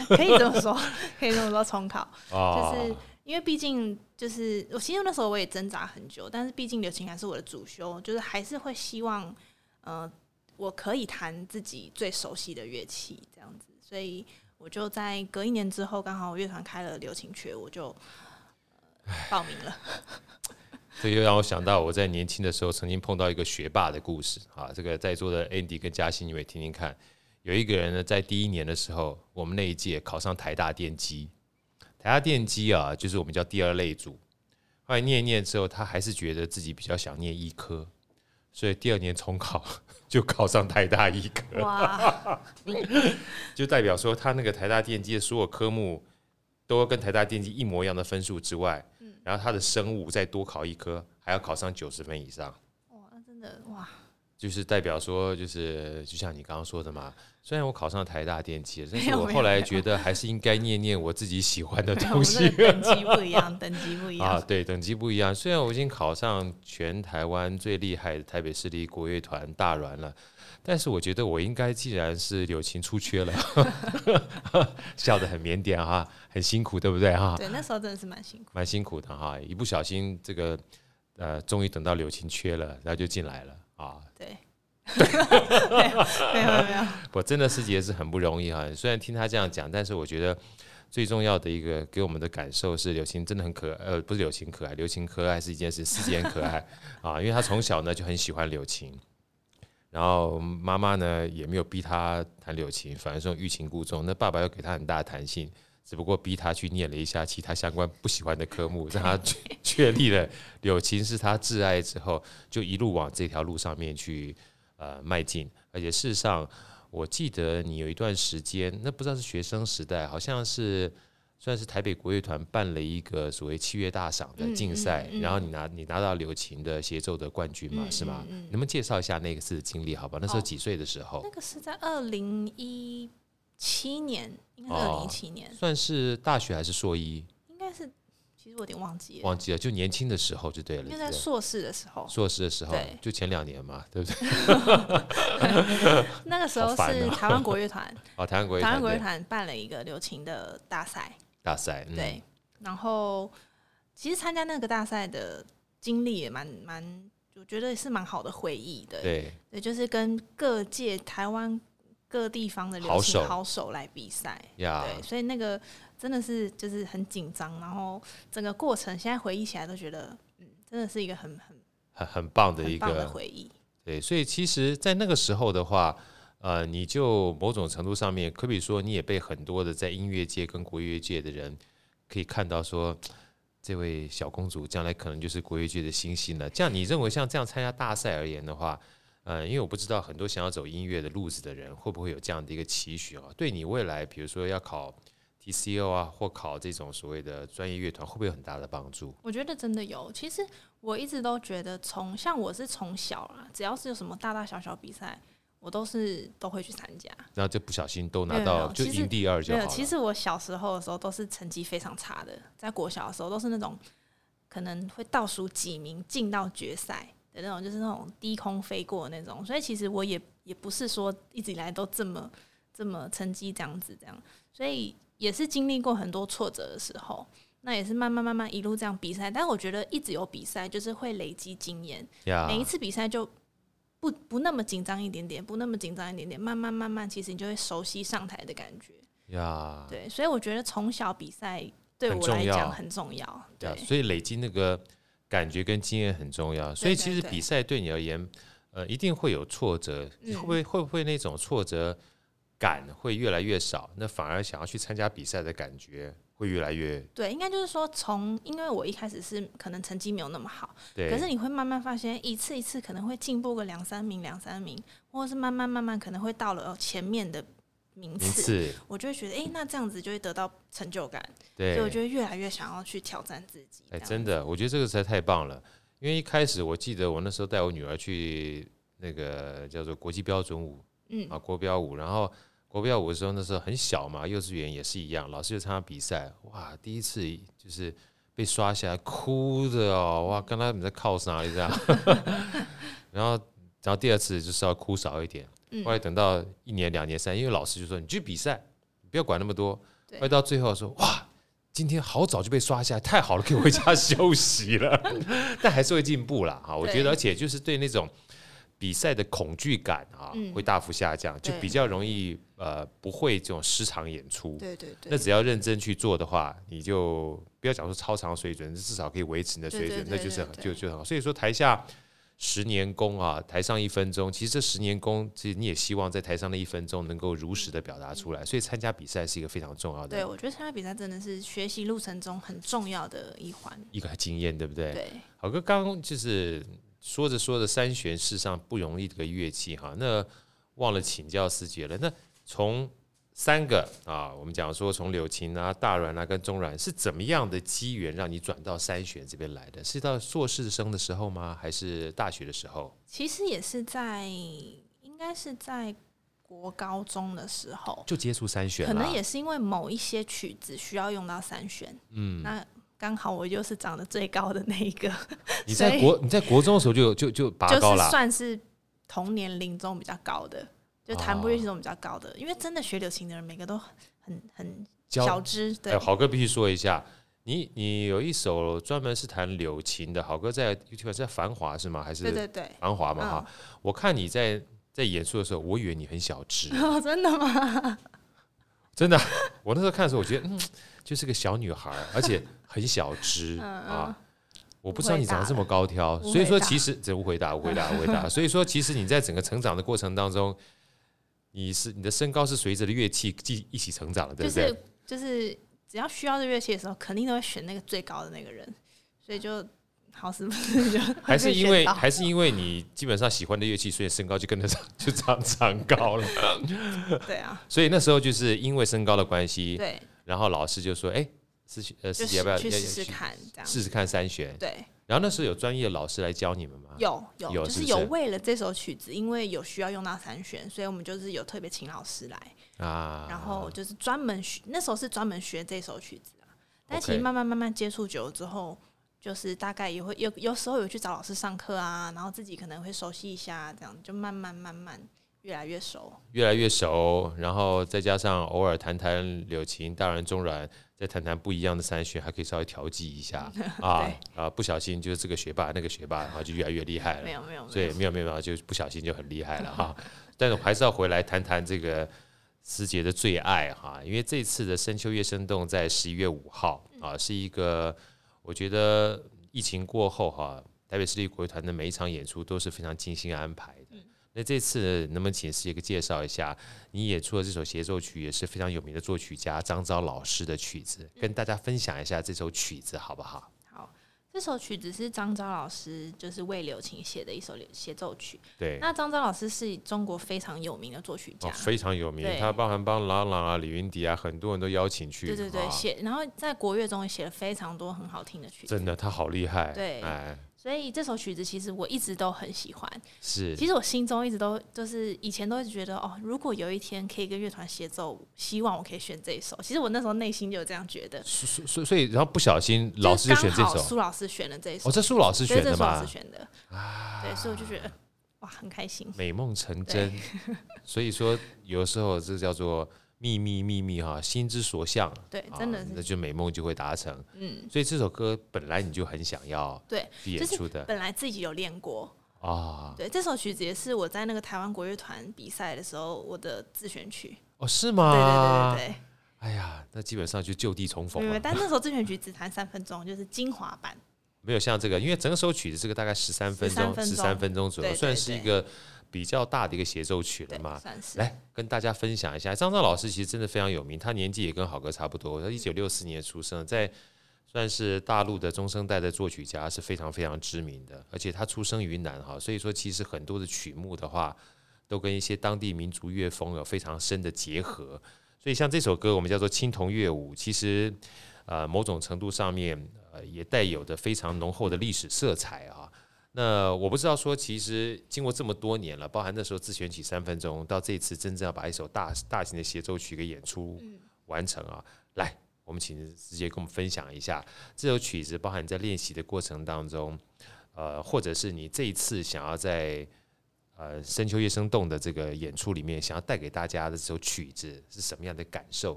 S2: 可以这么说，可以这么说重考，
S1: 哦，
S2: 就是因为毕竟就是我其实那时候我也挣扎很久，但是毕竟柳琴还是我的主修，就是还是会希望，呃，我可以弹自己最熟悉的乐器这样子，所以我就在隔一年之后，刚好乐团开了柳琴缺，我就、呃报名 了。
S1: 这又让我想到我在年轻的时候曾经碰到一个学霸的故事啊。这个在座的 Andy 跟嘉欣，你们也听听看。有一个人呢，在第一年的时候，我们那一届考上台大电机，台大电机啊，就是我们叫第二类组。后来念一念之后，他还是觉得自己比较想念医科，所以第二年重考 就考上台大医科。
S2: 哇，
S1: 就代表说他那个台大电机的所有科目都要跟台大电机一模一样的分数之外，
S2: 嗯
S1: 然后他的生物再多考一科，还要考上九十分以上，
S2: 哇，那真的哇，
S1: 就是代表说就是就像你刚刚说的嘛，虽然我考上台大电机了，但
S2: 没
S1: 是
S2: 有
S1: 我
S2: 没有
S1: 后来
S2: 没有
S1: 觉得还是应该念念我自己喜欢的
S2: 没有
S1: 东
S2: 我
S1: 西
S2: 们这个等级不一样，等级不一样。
S1: 啊，对，等级不一样。虽然我已经考上全台湾最厉害的台北市立国乐团大阮了，但是我觉得我应该既然是柳琴出缺了， 笑得很腼腆哈，很辛苦，对不对哈？
S2: 对，那 时候真的是蛮辛苦。
S1: 蛮辛苦的哈，一不小心这个呃，终于等到柳琴缺了，然后就进来了啊。
S2: 对，没有没有没有，
S1: 我真的师姐是很不容易哈。虽然听她这样讲，但是我觉得最重要的一个给我们的感受是，柳琴真的很可呃，不是柳琴可爱，柳琴可爱是一件事，师姐很可爱啊，因为她从小呢就很喜欢柳琴。然后妈妈呢也没有逼她弹柳琴，反而说欲擒故纵。那爸爸又给她很大的弹性，只不过逼她去念了一下其他相关不喜欢的科目，让她 确确立了柳琴是她挚爱之后，就一路往这条路上面去呃迈进。而且事实上，我记得你有一段时间，那不知道是学生时代，好像是算是台北国乐团办了一个所谓器乐大赏的
S2: 嗯
S1: 竞赛，
S2: 嗯嗯
S1: 然后你拿你拿到柳琴的协奏的冠军嘛，
S2: 嗯
S1: 是吗？
S2: 嗯嗯
S1: 能不能介绍一下那个次的经历，好吧？那时候
S2: 哦
S1: 几岁的时候，
S2: 那个是在二零一七年，应该是二零
S1: 哦
S2: 一七年，
S1: 算是大学还是硕一，
S2: 应该是，其实我有点忘记了，
S1: 忘记了，就年轻的时候就对了。
S2: 因
S1: 对不
S2: 为在
S1: 对
S2: 硕士的时候，
S1: 硕士的时候
S2: 对，
S1: 就前两年嘛，对不对？
S2: 那个时
S1: 好
S2: 候
S1: 烦
S2: 是
S1: 哦
S2: 台湾国乐 团，
S1: 哦，台湾国乐
S2: 台湾
S1: 团
S2: 国乐
S1: 队
S2: 团办了一个流行的大赛，
S1: 大赛，嗯，
S2: 对，然后其实参加那个大赛的经历也蛮蛮，我觉得是蛮好的回忆的，
S1: 对，
S2: 对，就是跟各界台湾各地方的流
S1: 好
S2: 行
S1: 手
S2: 好手来比赛，
S1: 呀，
S2: 对，所以那个真的是就是很紧张，然后整个过程现在回忆起来都觉得，嗯，真的是一个很很
S1: 很很棒的一
S2: 很棒的
S1: 个
S2: 回忆。
S1: 对，所以其实，在那个时候的话，呃，你就某种程度上面，可比说你也被很多的在音乐界跟国乐界的人可以看到说，这位小公主将来可能就是国乐界的新星了。这样，你认为像这样参加大赛而言的话，呃，因为我不知道很多想要走音乐的路子的人会不会有这样的一个期许啊？对你未来，比如说要考 TCO 啊，或考这种所谓的专业乐团，会不会有很大的帮助？
S2: 我觉得真的有，其实我一直都觉得从像我是从小啊，只要是有什么大大小小比赛，我都是都会去参加。
S1: 然后就不小心都
S2: 没
S1: 拿
S2: 有没
S1: 到
S2: 有
S1: 就
S2: 其实
S1: 赢第二就
S2: 没
S1: 好
S2: 有，
S1: 了。
S2: 其实我小时候的时候都是成绩非常差的，在国小的时候都是那种可能会倒数几名进到决赛的那种，就是那种低空飞过的那种。所以其实我也也不是说一直以来都这么这么成绩这样子这样，所以也是经历过很多挫折的时候。那也是慢慢慢慢一路这样比赛，但我觉得一直有比赛就是会累积经验，
S1: 呀
S2: 每一次比赛就不不那么紧张一点点，不那么紧张一点点，慢慢慢慢，其实你就会熟悉上台的感觉。
S1: 呀，
S2: 对，所以我觉得从小比赛对
S1: 啊很
S2: 我
S1: 重
S2: 来
S1: 要
S2: 讲很重要。
S1: 对
S2: 对
S1: 啊，，所以累积那个感觉跟经验很重要。所以其实
S2: 对
S1: 比赛对你而言，呃，一定会有挫折，
S2: 嗯
S1: 会不会会不会那种挫折感会越来越少？那反而想要去参加比赛的感觉会越来越
S2: 对，应该就是说从，因为我一开始是可能成绩没有那么好，
S1: 对。
S2: 可是你会慢慢发现，一次一次可能会进步个两三名、两三名，或者是慢慢慢慢可能会到了前面的名
S1: 名
S2: 次，
S1: 次，
S2: 我就会觉得，哎、那这样子就会得到成就感，所以我
S1: 对，
S2: 就会越来越想要去挑战自己。
S1: 哎，
S2: 这样
S1: 真的，我觉得这个实在太棒了。因为一开始我记得我那时候带我女儿去那个叫做国际标准舞
S2: 嗯
S1: 啊，国标舞，然后国标舞的时候那时候很小嘛，幼稚园也是一样，老师就参加比赛，哇，第一次就是被刷下来，哭的哦，哇，刚才你在靠啥一下，然后然后第二次就是要哭少一点，
S2: 嗯
S1: 后来等到一年、两年、三年，因为老师就说你去比赛，你不要管那么多，
S2: 对
S1: 后来到最后说哇。今天好早就被刷下来，太好了，可以回家休息了。 但还是会进步啦，哈，我觉
S2: 对
S1: 得，而且就是对那种比赛的恐惧感啊，
S2: 嗯
S1: 会大幅下降，就
S2: 对
S1: 比较容易呃不会这种失常演出。
S2: 对对
S1: 那
S2: 对，
S1: 只要认真去做的话，你就不要讲说超常水准，至少可以维持你的水准，
S2: 对对对
S1: 那就是很
S2: 对对
S1: 就就很好。所以说台下十年功啊，台上一分钟，其实这十年功，其实你也希望在台上的一分钟能够如实的表达出来。所以参加比赛是一个非常重要
S2: 对
S1: 的
S2: 我觉得参加比赛真的是学习路程中很重要的一环。
S1: 一个经验，对不对？
S2: 对，
S1: 好哥刚刚就是说着说着，三弦世上不容易这个乐器哈，那忘了请教师姐了。那从三个啊，我们讲说从柳琴啊、大阮啊跟中阮是怎么样的机缘让你转到三弦这边来的？是到硕士生的时候吗？还是大学的时候？
S2: 其实也是在，应该是在国高中的时候，
S1: 就接触三弦
S2: 可
S1: 了？
S2: 能也是因为某一些曲子需要用到三弦，嗯，那刚好我就是长得最高的那一个，
S1: 你
S2: 所
S1: 在
S2: 以
S1: 国你在国中的时候就就就拔
S2: 就
S1: 高
S2: 是
S1: 了。
S2: 算是同年龄中比较高的，就弹拨乐器
S1: 哦
S2: 中比较高的，因为真的学柳琴的人每个都很很
S1: 教
S2: 小只，对
S1: 哎，，好哥必须说一下，你你有一首专门是弹柳琴的，好哥在 YouTube 在繁华是吗？还是
S2: 对对对，
S1: 繁华
S2: 嗯
S1: 嘛哈、我看你在在演出的时候，我以为你很小 只，
S2: 哦，真的吗？
S1: 真的啊。我那时候看的时候，我觉得嗯，就是个小女孩，而且很小只
S2: 嗯嗯
S1: 啊。我不知道你长得这么高挑，
S2: 误会大了
S1: 所以说其实这误回答，误回答，误回 答。所以说，其实你在整个成长的过程当中，你是你的身高是随着乐器一一起成长的，对
S2: 就
S1: 不对？
S2: 是就是只要需要这乐器的时候，肯定都会选那个最高的那个人，所以就好死不死就
S1: 还是
S2: 被
S1: 因
S2: 选
S1: 为
S2: 到
S1: 还是因为你基本上喜欢的乐器，所以身高就跟得上，就长长高了。
S2: 对啊，
S1: 所以那时候就是因为身高的关系，
S2: 对，
S1: 然后老师就说：“哎、师姐呃，
S2: 就
S1: 师姐要不要
S2: 去
S1: 要
S2: 试
S1: 要
S2: 试
S1: 去
S2: 看这样，
S1: 试试看三弦
S2: 对。？”
S1: 然后那时候有专业老师来教你们吗？
S2: 有有，
S1: 有
S2: 就是
S1: 不
S2: 有
S1: 是
S2: 为了这首曲子，因为有需要用到三弦，所以我们就是有特别请老师来，
S1: 啊，
S2: 然后就是专门学，那时候是专门学这首曲子啊。但其实
S1: OK
S2: 慢慢慢慢接触久了之后，就是大概也会有有时候有去找老师上课啊，然后自己可能会熟悉一下，这样就慢慢慢慢越来越熟。
S1: 越来越熟，然后再加上偶尔弹弹柳琴、大然、中阮，再弹弹不一样的三弦，还可以稍微调剂一 下啊啊！不小心就是这个学霸那个学霸，然后就越来越厉害了
S2: 没。有没有
S1: 所
S2: 没
S1: 以
S2: 有，
S1: 没有没有没有，就不小心就很厉害了哈。但是我还是要回来谈谈这个师姐的最爱哈，因为这次的深秋夜生动在十一月五号啊，是一个我觉得疫情过后哈，台北市立国乐团的每一场演出都是非常精心安排的。那这次能不能请师姐给介绍一下，你演出的这首协奏曲也是非常有名的作曲家张昭老师的曲子，跟大家分享一下这首曲子好不好？
S2: 好，这首曲子是张昭老师就是为柳琴写的一首柳协奏曲。
S1: 对，
S2: 那张昭老师是中国非常有名的作曲家，
S1: 哦，非常有名，
S2: 对
S1: 他包含帮郎朗啊、李云迪啊，很多人都邀请去。
S2: 对对对，
S1: 啊
S2: 写、然后在国乐中也写了非常多很好听的曲子，
S1: 真的他好厉害。
S2: 对
S1: 哎，
S2: 所以这首曲子其实我一直都很喜欢。
S1: 是
S2: 其实我心中一直都就是以前都一直觉得哦，如果有一天可以跟乐团协奏，希望我可以选这一首。其实我那时候内心就有这样觉得。
S1: 所所所以，然后不小心老师就选这
S2: 刚好
S1: 首，
S2: 苏老师选了这一首，
S1: 哦，这苏老师
S2: 对
S1: 选
S2: 这
S1: 的
S2: 是苏老
S1: 嘛
S2: 师，选的对，所以我就觉得呃哇，很开心。
S1: 美梦成真。所以说，有时候这叫做秘密秘密哈，心之所向，
S2: 对
S1: 啊，
S2: 真的是
S1: 那就美梦就会达成。
S2: 嗯，
S1: 所以这首歌本来你就很想要
S2: 对，
S1: 去演
S2: 就是
S1: 出的
S2: 本来自己有练过，
S1: 啊，
S2: 对，这首曲子也是我在那个台湾国乐团比赛的时候我的自选曲。
S1: 哦，是
S2: 对对
S1: 吗？
S2: 对对对。
S1: 哎呀，那基本上就就地重逢
S2: 没有，
S1: 了。
S2: 但那时候自选曲只弹三分钟，就是精华版。
S1: 没有像这个，因为整首曲子这个大概十三分钟，
S2: 13分
S1: 十
S2: 钟
S1: 三分钟左右，
S2: 对对
S1: 算是一个比较大的一个协奏曲了
S2: 对，
S1: 嘛。
S2: 算是。
S1: 来跟大家分享一下，张照老师其实真的非常有名，他年纪也跟好哥差不多，他一九六四年出生，在算是大陆的中生代的作曲家是非常非常知名的，而且他出生于南哈，所以说其实很多的曲目的话，都跟一些当地民族乐风有非常深的结合。所以像这首歌，我们叫做青铜乐舞，其实呃某种程度上面呃也带有着非常浓厚的历史色彩啊。那我不知道说，其实经过这么多年了，包含那时候自选曲三分钟，到这次真正要把一首大大型的协奏曲给演出
S2: 嗯
S1: 完成啊，来，我们请直接跟我们分享一下这首曲子，包含你在练习的过程当中，呃，或者是你这一次想要在呃深秋夜生动的这个演出里面，想要带给大家的这首曲子是什么样的感受，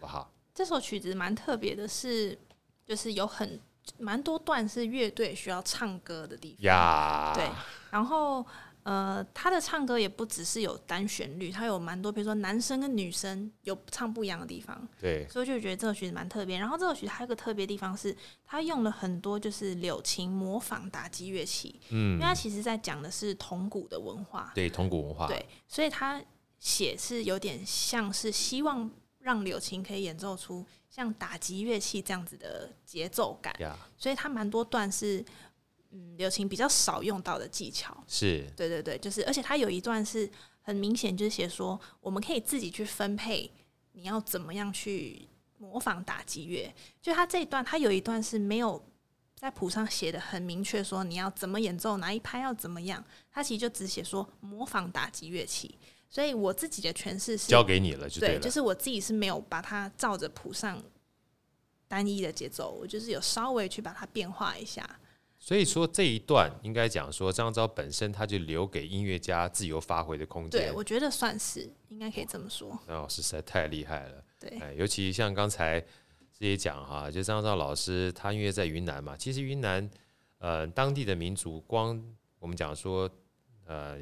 S1: 好不好？
S2: 这首曲子蛮特别的是，就是有很蛮多段是乐队需要唱歌的地方。
S1: 呀，
S2: 对，然后呃，他的唱歌也不只是有单旋律，他有蛮多，比如说男生跟女生有唱不一样的地方，
S1: 对
S2: 所以我就觉得这首曲子蛮特别。然后这首曲子还有个特别地方是，他用了很多就是柳琴模仿打击乐器，嗯，因为他其实在讲的是铜鼓的文化，
S1: 对，铜鼓文化，
S2: 对，所以他写是有点像是希望让柳琴可以演奏出像打击乐器这样子的节奏感，
S1: 呀，
S2: 所以他蛮多段是。嗯，柳琴比较少用到的技巧，
S1: 是
S2: 对对对，就是，而且他有一段是很明显，就是写说我们可以自己去分配你要怎么样去模仿打击乐。就他这一段，他有一段是没有在谱上写的很明确，说你要怎么演奏，哪一拍要怎么样，他其实就只写说模仿打击乐器。所以我自己的诠释是，
S1: 交给你了就
S2: 对，
S1: 了，
S2: 就是我自己是没有把它照着谱上单一的节奏，我就是有稍微去把它变化一下。
S1: 所以说这一段应该讲说，张昭本身他就留给音乐家自由发挥的空
S2: 对
S1: 间。
S2: 我觉得算是应该可以这么说，
S1: 张老师实在太厉害了，
S2: 对。
S1: 哎，尤其像刚才自己讲哈，就张昭老师他因为在云南嘛，其实云南呃当地的民族，光我们讲说呃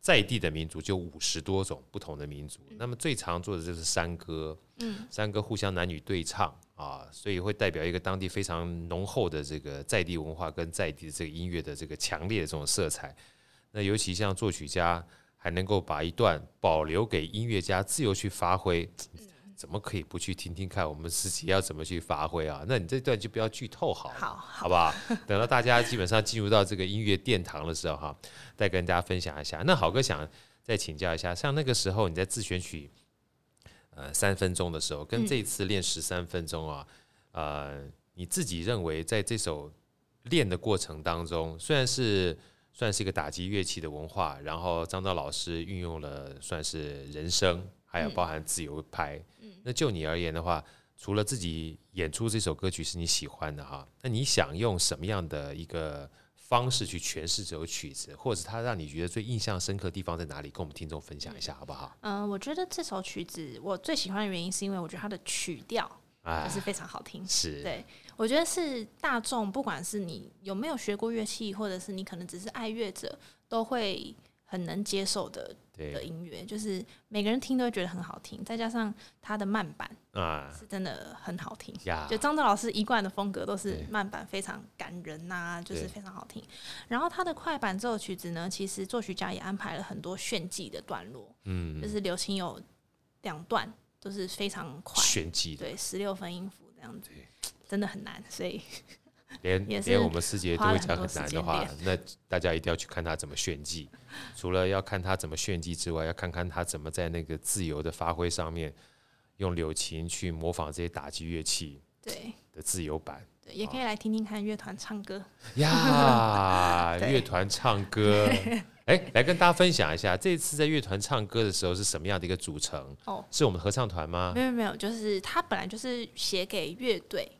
S1: 在地的民族就五十多种不同的民族，那么最常做的就是山歌，嗯，山歌互相男女对唱啊，所以会代表一个当地非常浓厚的这个在地文化跟在地的这个音乐的这个强烈的这种色彩。那尤其像作曲家还能够把一段保留给音乐家自由去发挥，怎么可以不去听听看我们自己要怎么去发挥啊？那你这段就不要剧透好了，
S2: 好
S1: 好不好？ 等到大家基本上进入到这个音乐殿堂的时候哈，再跟大家分享一下。那好哥想再请教一下，像那个时候你在自选曲呃三分钟的时候，跟这次练十三分钟啊，呃，你自己认为在这首练的过程当中，虽然是算是一个打击乐器的文化，然后张道老师运用了算是人声，还有包含自由拍。那就你而言的话，除了自己演出这首歌曲是你喜欢的哈，那你想用什么样的一个方式去诠释这首曲子，或者是它让你觉得最印象深刻的地方在哪里？跟我们听众分享一下好不好？
S2: 嗯，我觉得这首曲子我最喜欢的原因是因为我觉得它的曲调
S1: 哎
S2: 嗯就，是非常好听。
S1: 是，
S2: 对，我觉得是大众，不管是你有没有学过乐器，或者是你可能只是爱乐者，都会很能接受的的
S1: 对
S2: 音乐，就是每个人听都会觉得很好听。再加上它的慢板
S1: 啊
S2: 是真的很好听，
S1: 呀
S2: 就，张德老师一贯的风格都是
S1: 对
S2: 慢板非常感人呐、就是
S1: 对
S2: 非常好听。然后他的快板这首曲子呢，其实作曲家也安排了很多炫技的段落，嗯，就是刘琴有两段都是非常快，
S1: 炫技的，
S2: 对，十六分音符这样子，真的很难，所以
S1: 连
S2: 也是
S1: 连我们师姐都
S2: 花
S1: 会
S2: 了
S1: 讲很
S2: 很多
S1: 难
S2: 时
S1: 的
S2: 间
S1: 话
S2: 练，
S1: 那大家一定要去看他怎么炫 技。除了要看他怎么炫技之外，要看看他怎么在那个自由的发挥上面，用柳琴去模仿这些打击乐器
S2: 对
S1: 的自由版。
S2: 对，也可以来听听看乐团唱歌。
S1: 呀，
S2: 对
S1: 乐团唱 歌，哎，来跟大家分享一下，这次在乐团唱歌的时候是什么样的一个组成？
S2: 哦
S1: 是我们合唱团吗？
S2: 没有没有，就是他本来就是写给乐队，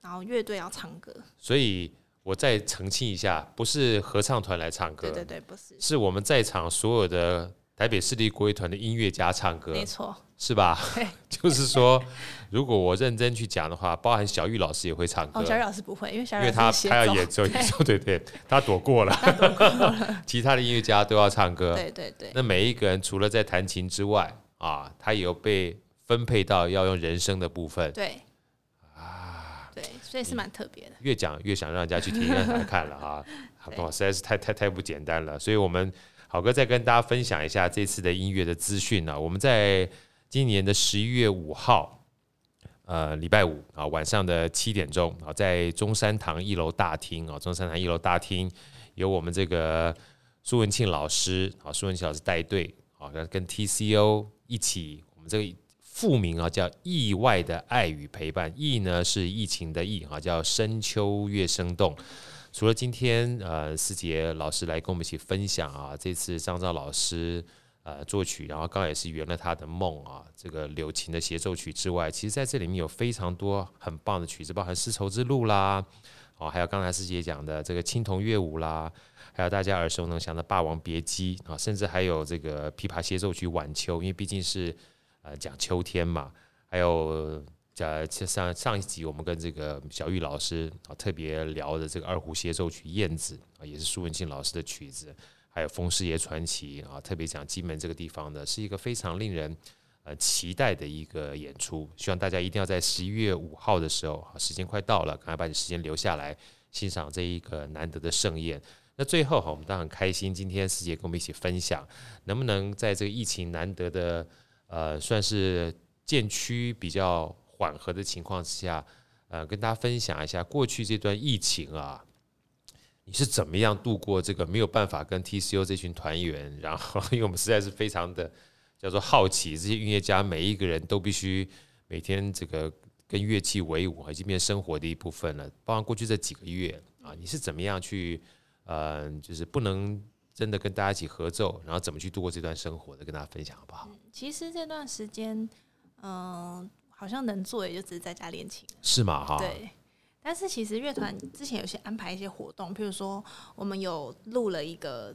S2: 然后乐队要唱歌，
S1: 所以我再澄清一下，不是合唱团来唱歌，
S2: 对对对，不是，
S1: 是我们在场所有的台北市立国乐团的音乐家唱歌
S2: 没，错，
S1: 是吧
S2: 对？
S1: 就是说，如果我认真去讲的话，包含小玉老师也会唱歌
S2: 哦，，小雨老师不会，因为小
S1: 因
S2: 雨
S1: 为
S2: 老
S1: 他
S2: 师是
S1: 他
S2: 协奏
S1: 要演奏 演奏， 对对，他躲过了， 其他的音乐家都要唱歌，
S2: 对对对，
S1: 那每一个人除了在弹琴之外啊，他也有被分配到要用人声的部分。
S2: 对啊，对，所以
S1: 嗯
S2: 是蛮特别的。
S1: 越讲越想让人家去听，让他看了啊，好不好？实在是太太太不简单了。所以我们好哥再跟大家分享一下这次的音乐的资讯呢。我们在今年的十一月五号，呃，礼拜五啊晚上的七点钟啊，在中山堂一楼大厅啊，中山堂一楼大厅有我们这个苏文庆老师啊，苏文庆老师带队啊，跟跟 TCO 一起，我们这个复名啊叫“意外的爱与陪伴”，意呢是疫情的意啊，叫深秋月生动。除了今天呃思杰老师来跟我们一起分享啊，这次张照老师呃作曲，然后刚好也是圆了他的梦啊，这个柳琴的协奏曲之外，其实在这里面有非常多很棒的曲子，包含丝绸之路啦，哦，还有刚才师姐讲的这个青铜乐舞啦，还有大家耳熟能详的《霸王别姬》啊，甚至还有这个琵琶协奏曲《晚秋》，因为毕竟是呃讲秋天嘛，还有讲上上一集我们跟这个小玉老师啊特别聊的这个二胡协奏曲《燕子》啊，也是苏文庆老师的曲子，还有《风师爷传奇》啊，特别讲金门这个地方的，是一个非常令人。呃，期待的一个演出，希望大家一定要在十一月五号的时候，啊，时间快到了，赶快把你时间留下来，欣赏这一个难得的盛宴。那最后哈，我们当然很开心，今天师姐跟我们一起分享，能不能在这个疫情难得的呃，算是渐趋比较缓和的情况之下，呃，跟大家分享一下过去这段疫情啊，你是怎么样度过这个没有办法跟 TCO 这群团员，然后因为我们实在是非常的叫做好奇，这些音乐家每一个人都必须每天这个跟乐器为伍，已经变成生活的一部分了。包括过去这几个月啊，你是怎么样去？呃，就是不能真的跟大家一起合奏，然后怎么去度过这段生活的，跟大家分享好不好？
S2: 其实这段时间，嗯、好像能做也就只是在家练琴。
S1: 是吗？哈，
S2: 对。但是其实乐团之前有些安排一些活动，譬如说我们有录了一个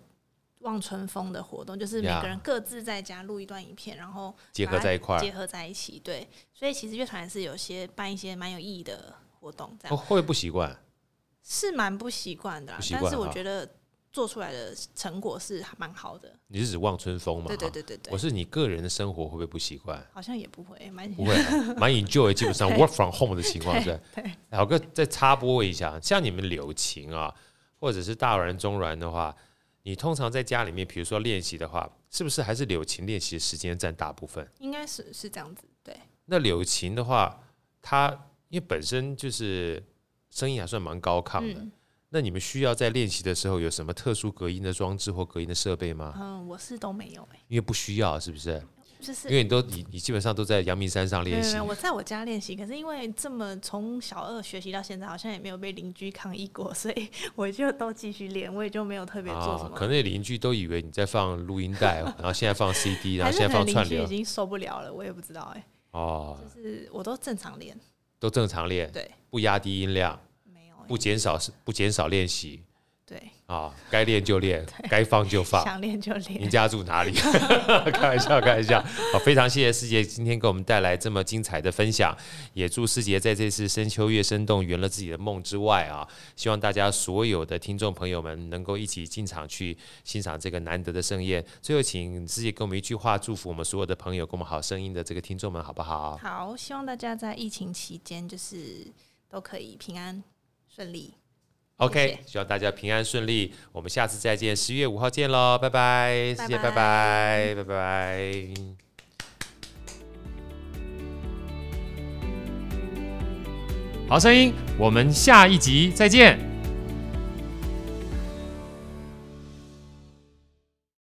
S2: 望春风的活动，就是每
S1: 呀
S2: 个人各自在家录一段影片，然后
S1: 结合
S2: 把它
S1: 在一块儿
S2: 结合在一起。对，所以其实乐团是有些办一些蛮有意义的活动，这
S1: 哦，
S2: 样、
S1: 会不会不习惯？
S2: 是蛮不习惯的啦
S1: 不习惯
S2: 但是我
S1: 哈
S2: 觉得做出来的成果是还蛮好的。
S1: 你是指望春风吗？
S2: 对对
S1: 哈，
S2: 对对对
S1: 我，是你个人的生活会不会不习 惯？
S2: 好像也不会蛮
S1: 不会啊，蛮 enjoy，基本上 work from home 的情况下。
S2: 对
S1: 好哥再插播一下，像你们柳琴啊，或者是大阮、中阮的话，你通常在家里面，比如说练习的话，是不是还是柳琴练习的时间占大部分？
S2: 应该是是这样子。对，
S1: 那柳琴的话，它因为本身就是声音还算蛮高亢的，
S2: 嗯
S1: 那你们需要在练习的时候有什么特殊隔音的装置或隔音的设备吗？
S2: 嗯，我是都没有哎、
S1: 因为不需要，是不是？
S2: 就是
S1: 因为你都你你基本上都在阳明山上
S2: 没有
S1: 练
S2: 没有
S1: 习
S2: 没有，，我在我家练习，可是因为这么从小二学习到现在，好像也没有被邻居抗议过，所以 我就都继续练，我也就没有特别做什么。
S1: 啊哦可能你邻居都以为你在放录音 带，然后现在放 CD，然后
S2: 还是
S1: 现在
S2: 可能
S1: 啊放
S2: 邻
S1: 串
S2: 居已
S1: 流，
S2: 经受不了了，我也不知道哎、
S1: 哦，
S2: 就是我都正常练，
S1: 都正常练，
S2: 对，
S1: 不压低音量，
S2: 没有、
S1: 不
S2: 欸，
S1: 减少不减少练习
S2: 对，
S1: 啊，该练就 练，该放就放。
S2: 想练就
S1: 您
S2: 练。
S1: 家住哪里？ 开玩笑，开玩笑。好，非常谢谢师姐今天给我们带来这么精彩的分享，也祝师姐在这次深秋月生动圆了自己的梦之外啊，希望大家所有的听众朋友们能够一起进场去欣赏这个难得的盛宴。最后，请师姐给我们一句话祝福我们所有的朋友，跟我们好声音的这个听众们，好不好？
S2: 好，希望大家在疫情期间就是都可以平安顺利。
S1: OK，
S2: 谢谢
S1: 希望大家平安顺利，我们下次再见，十一月五号见喽，拜拜，师姐，拜拜
S2: 拜
S1: 拜
S2: 拜，
S1: 拜。好声音，我们下一集再见。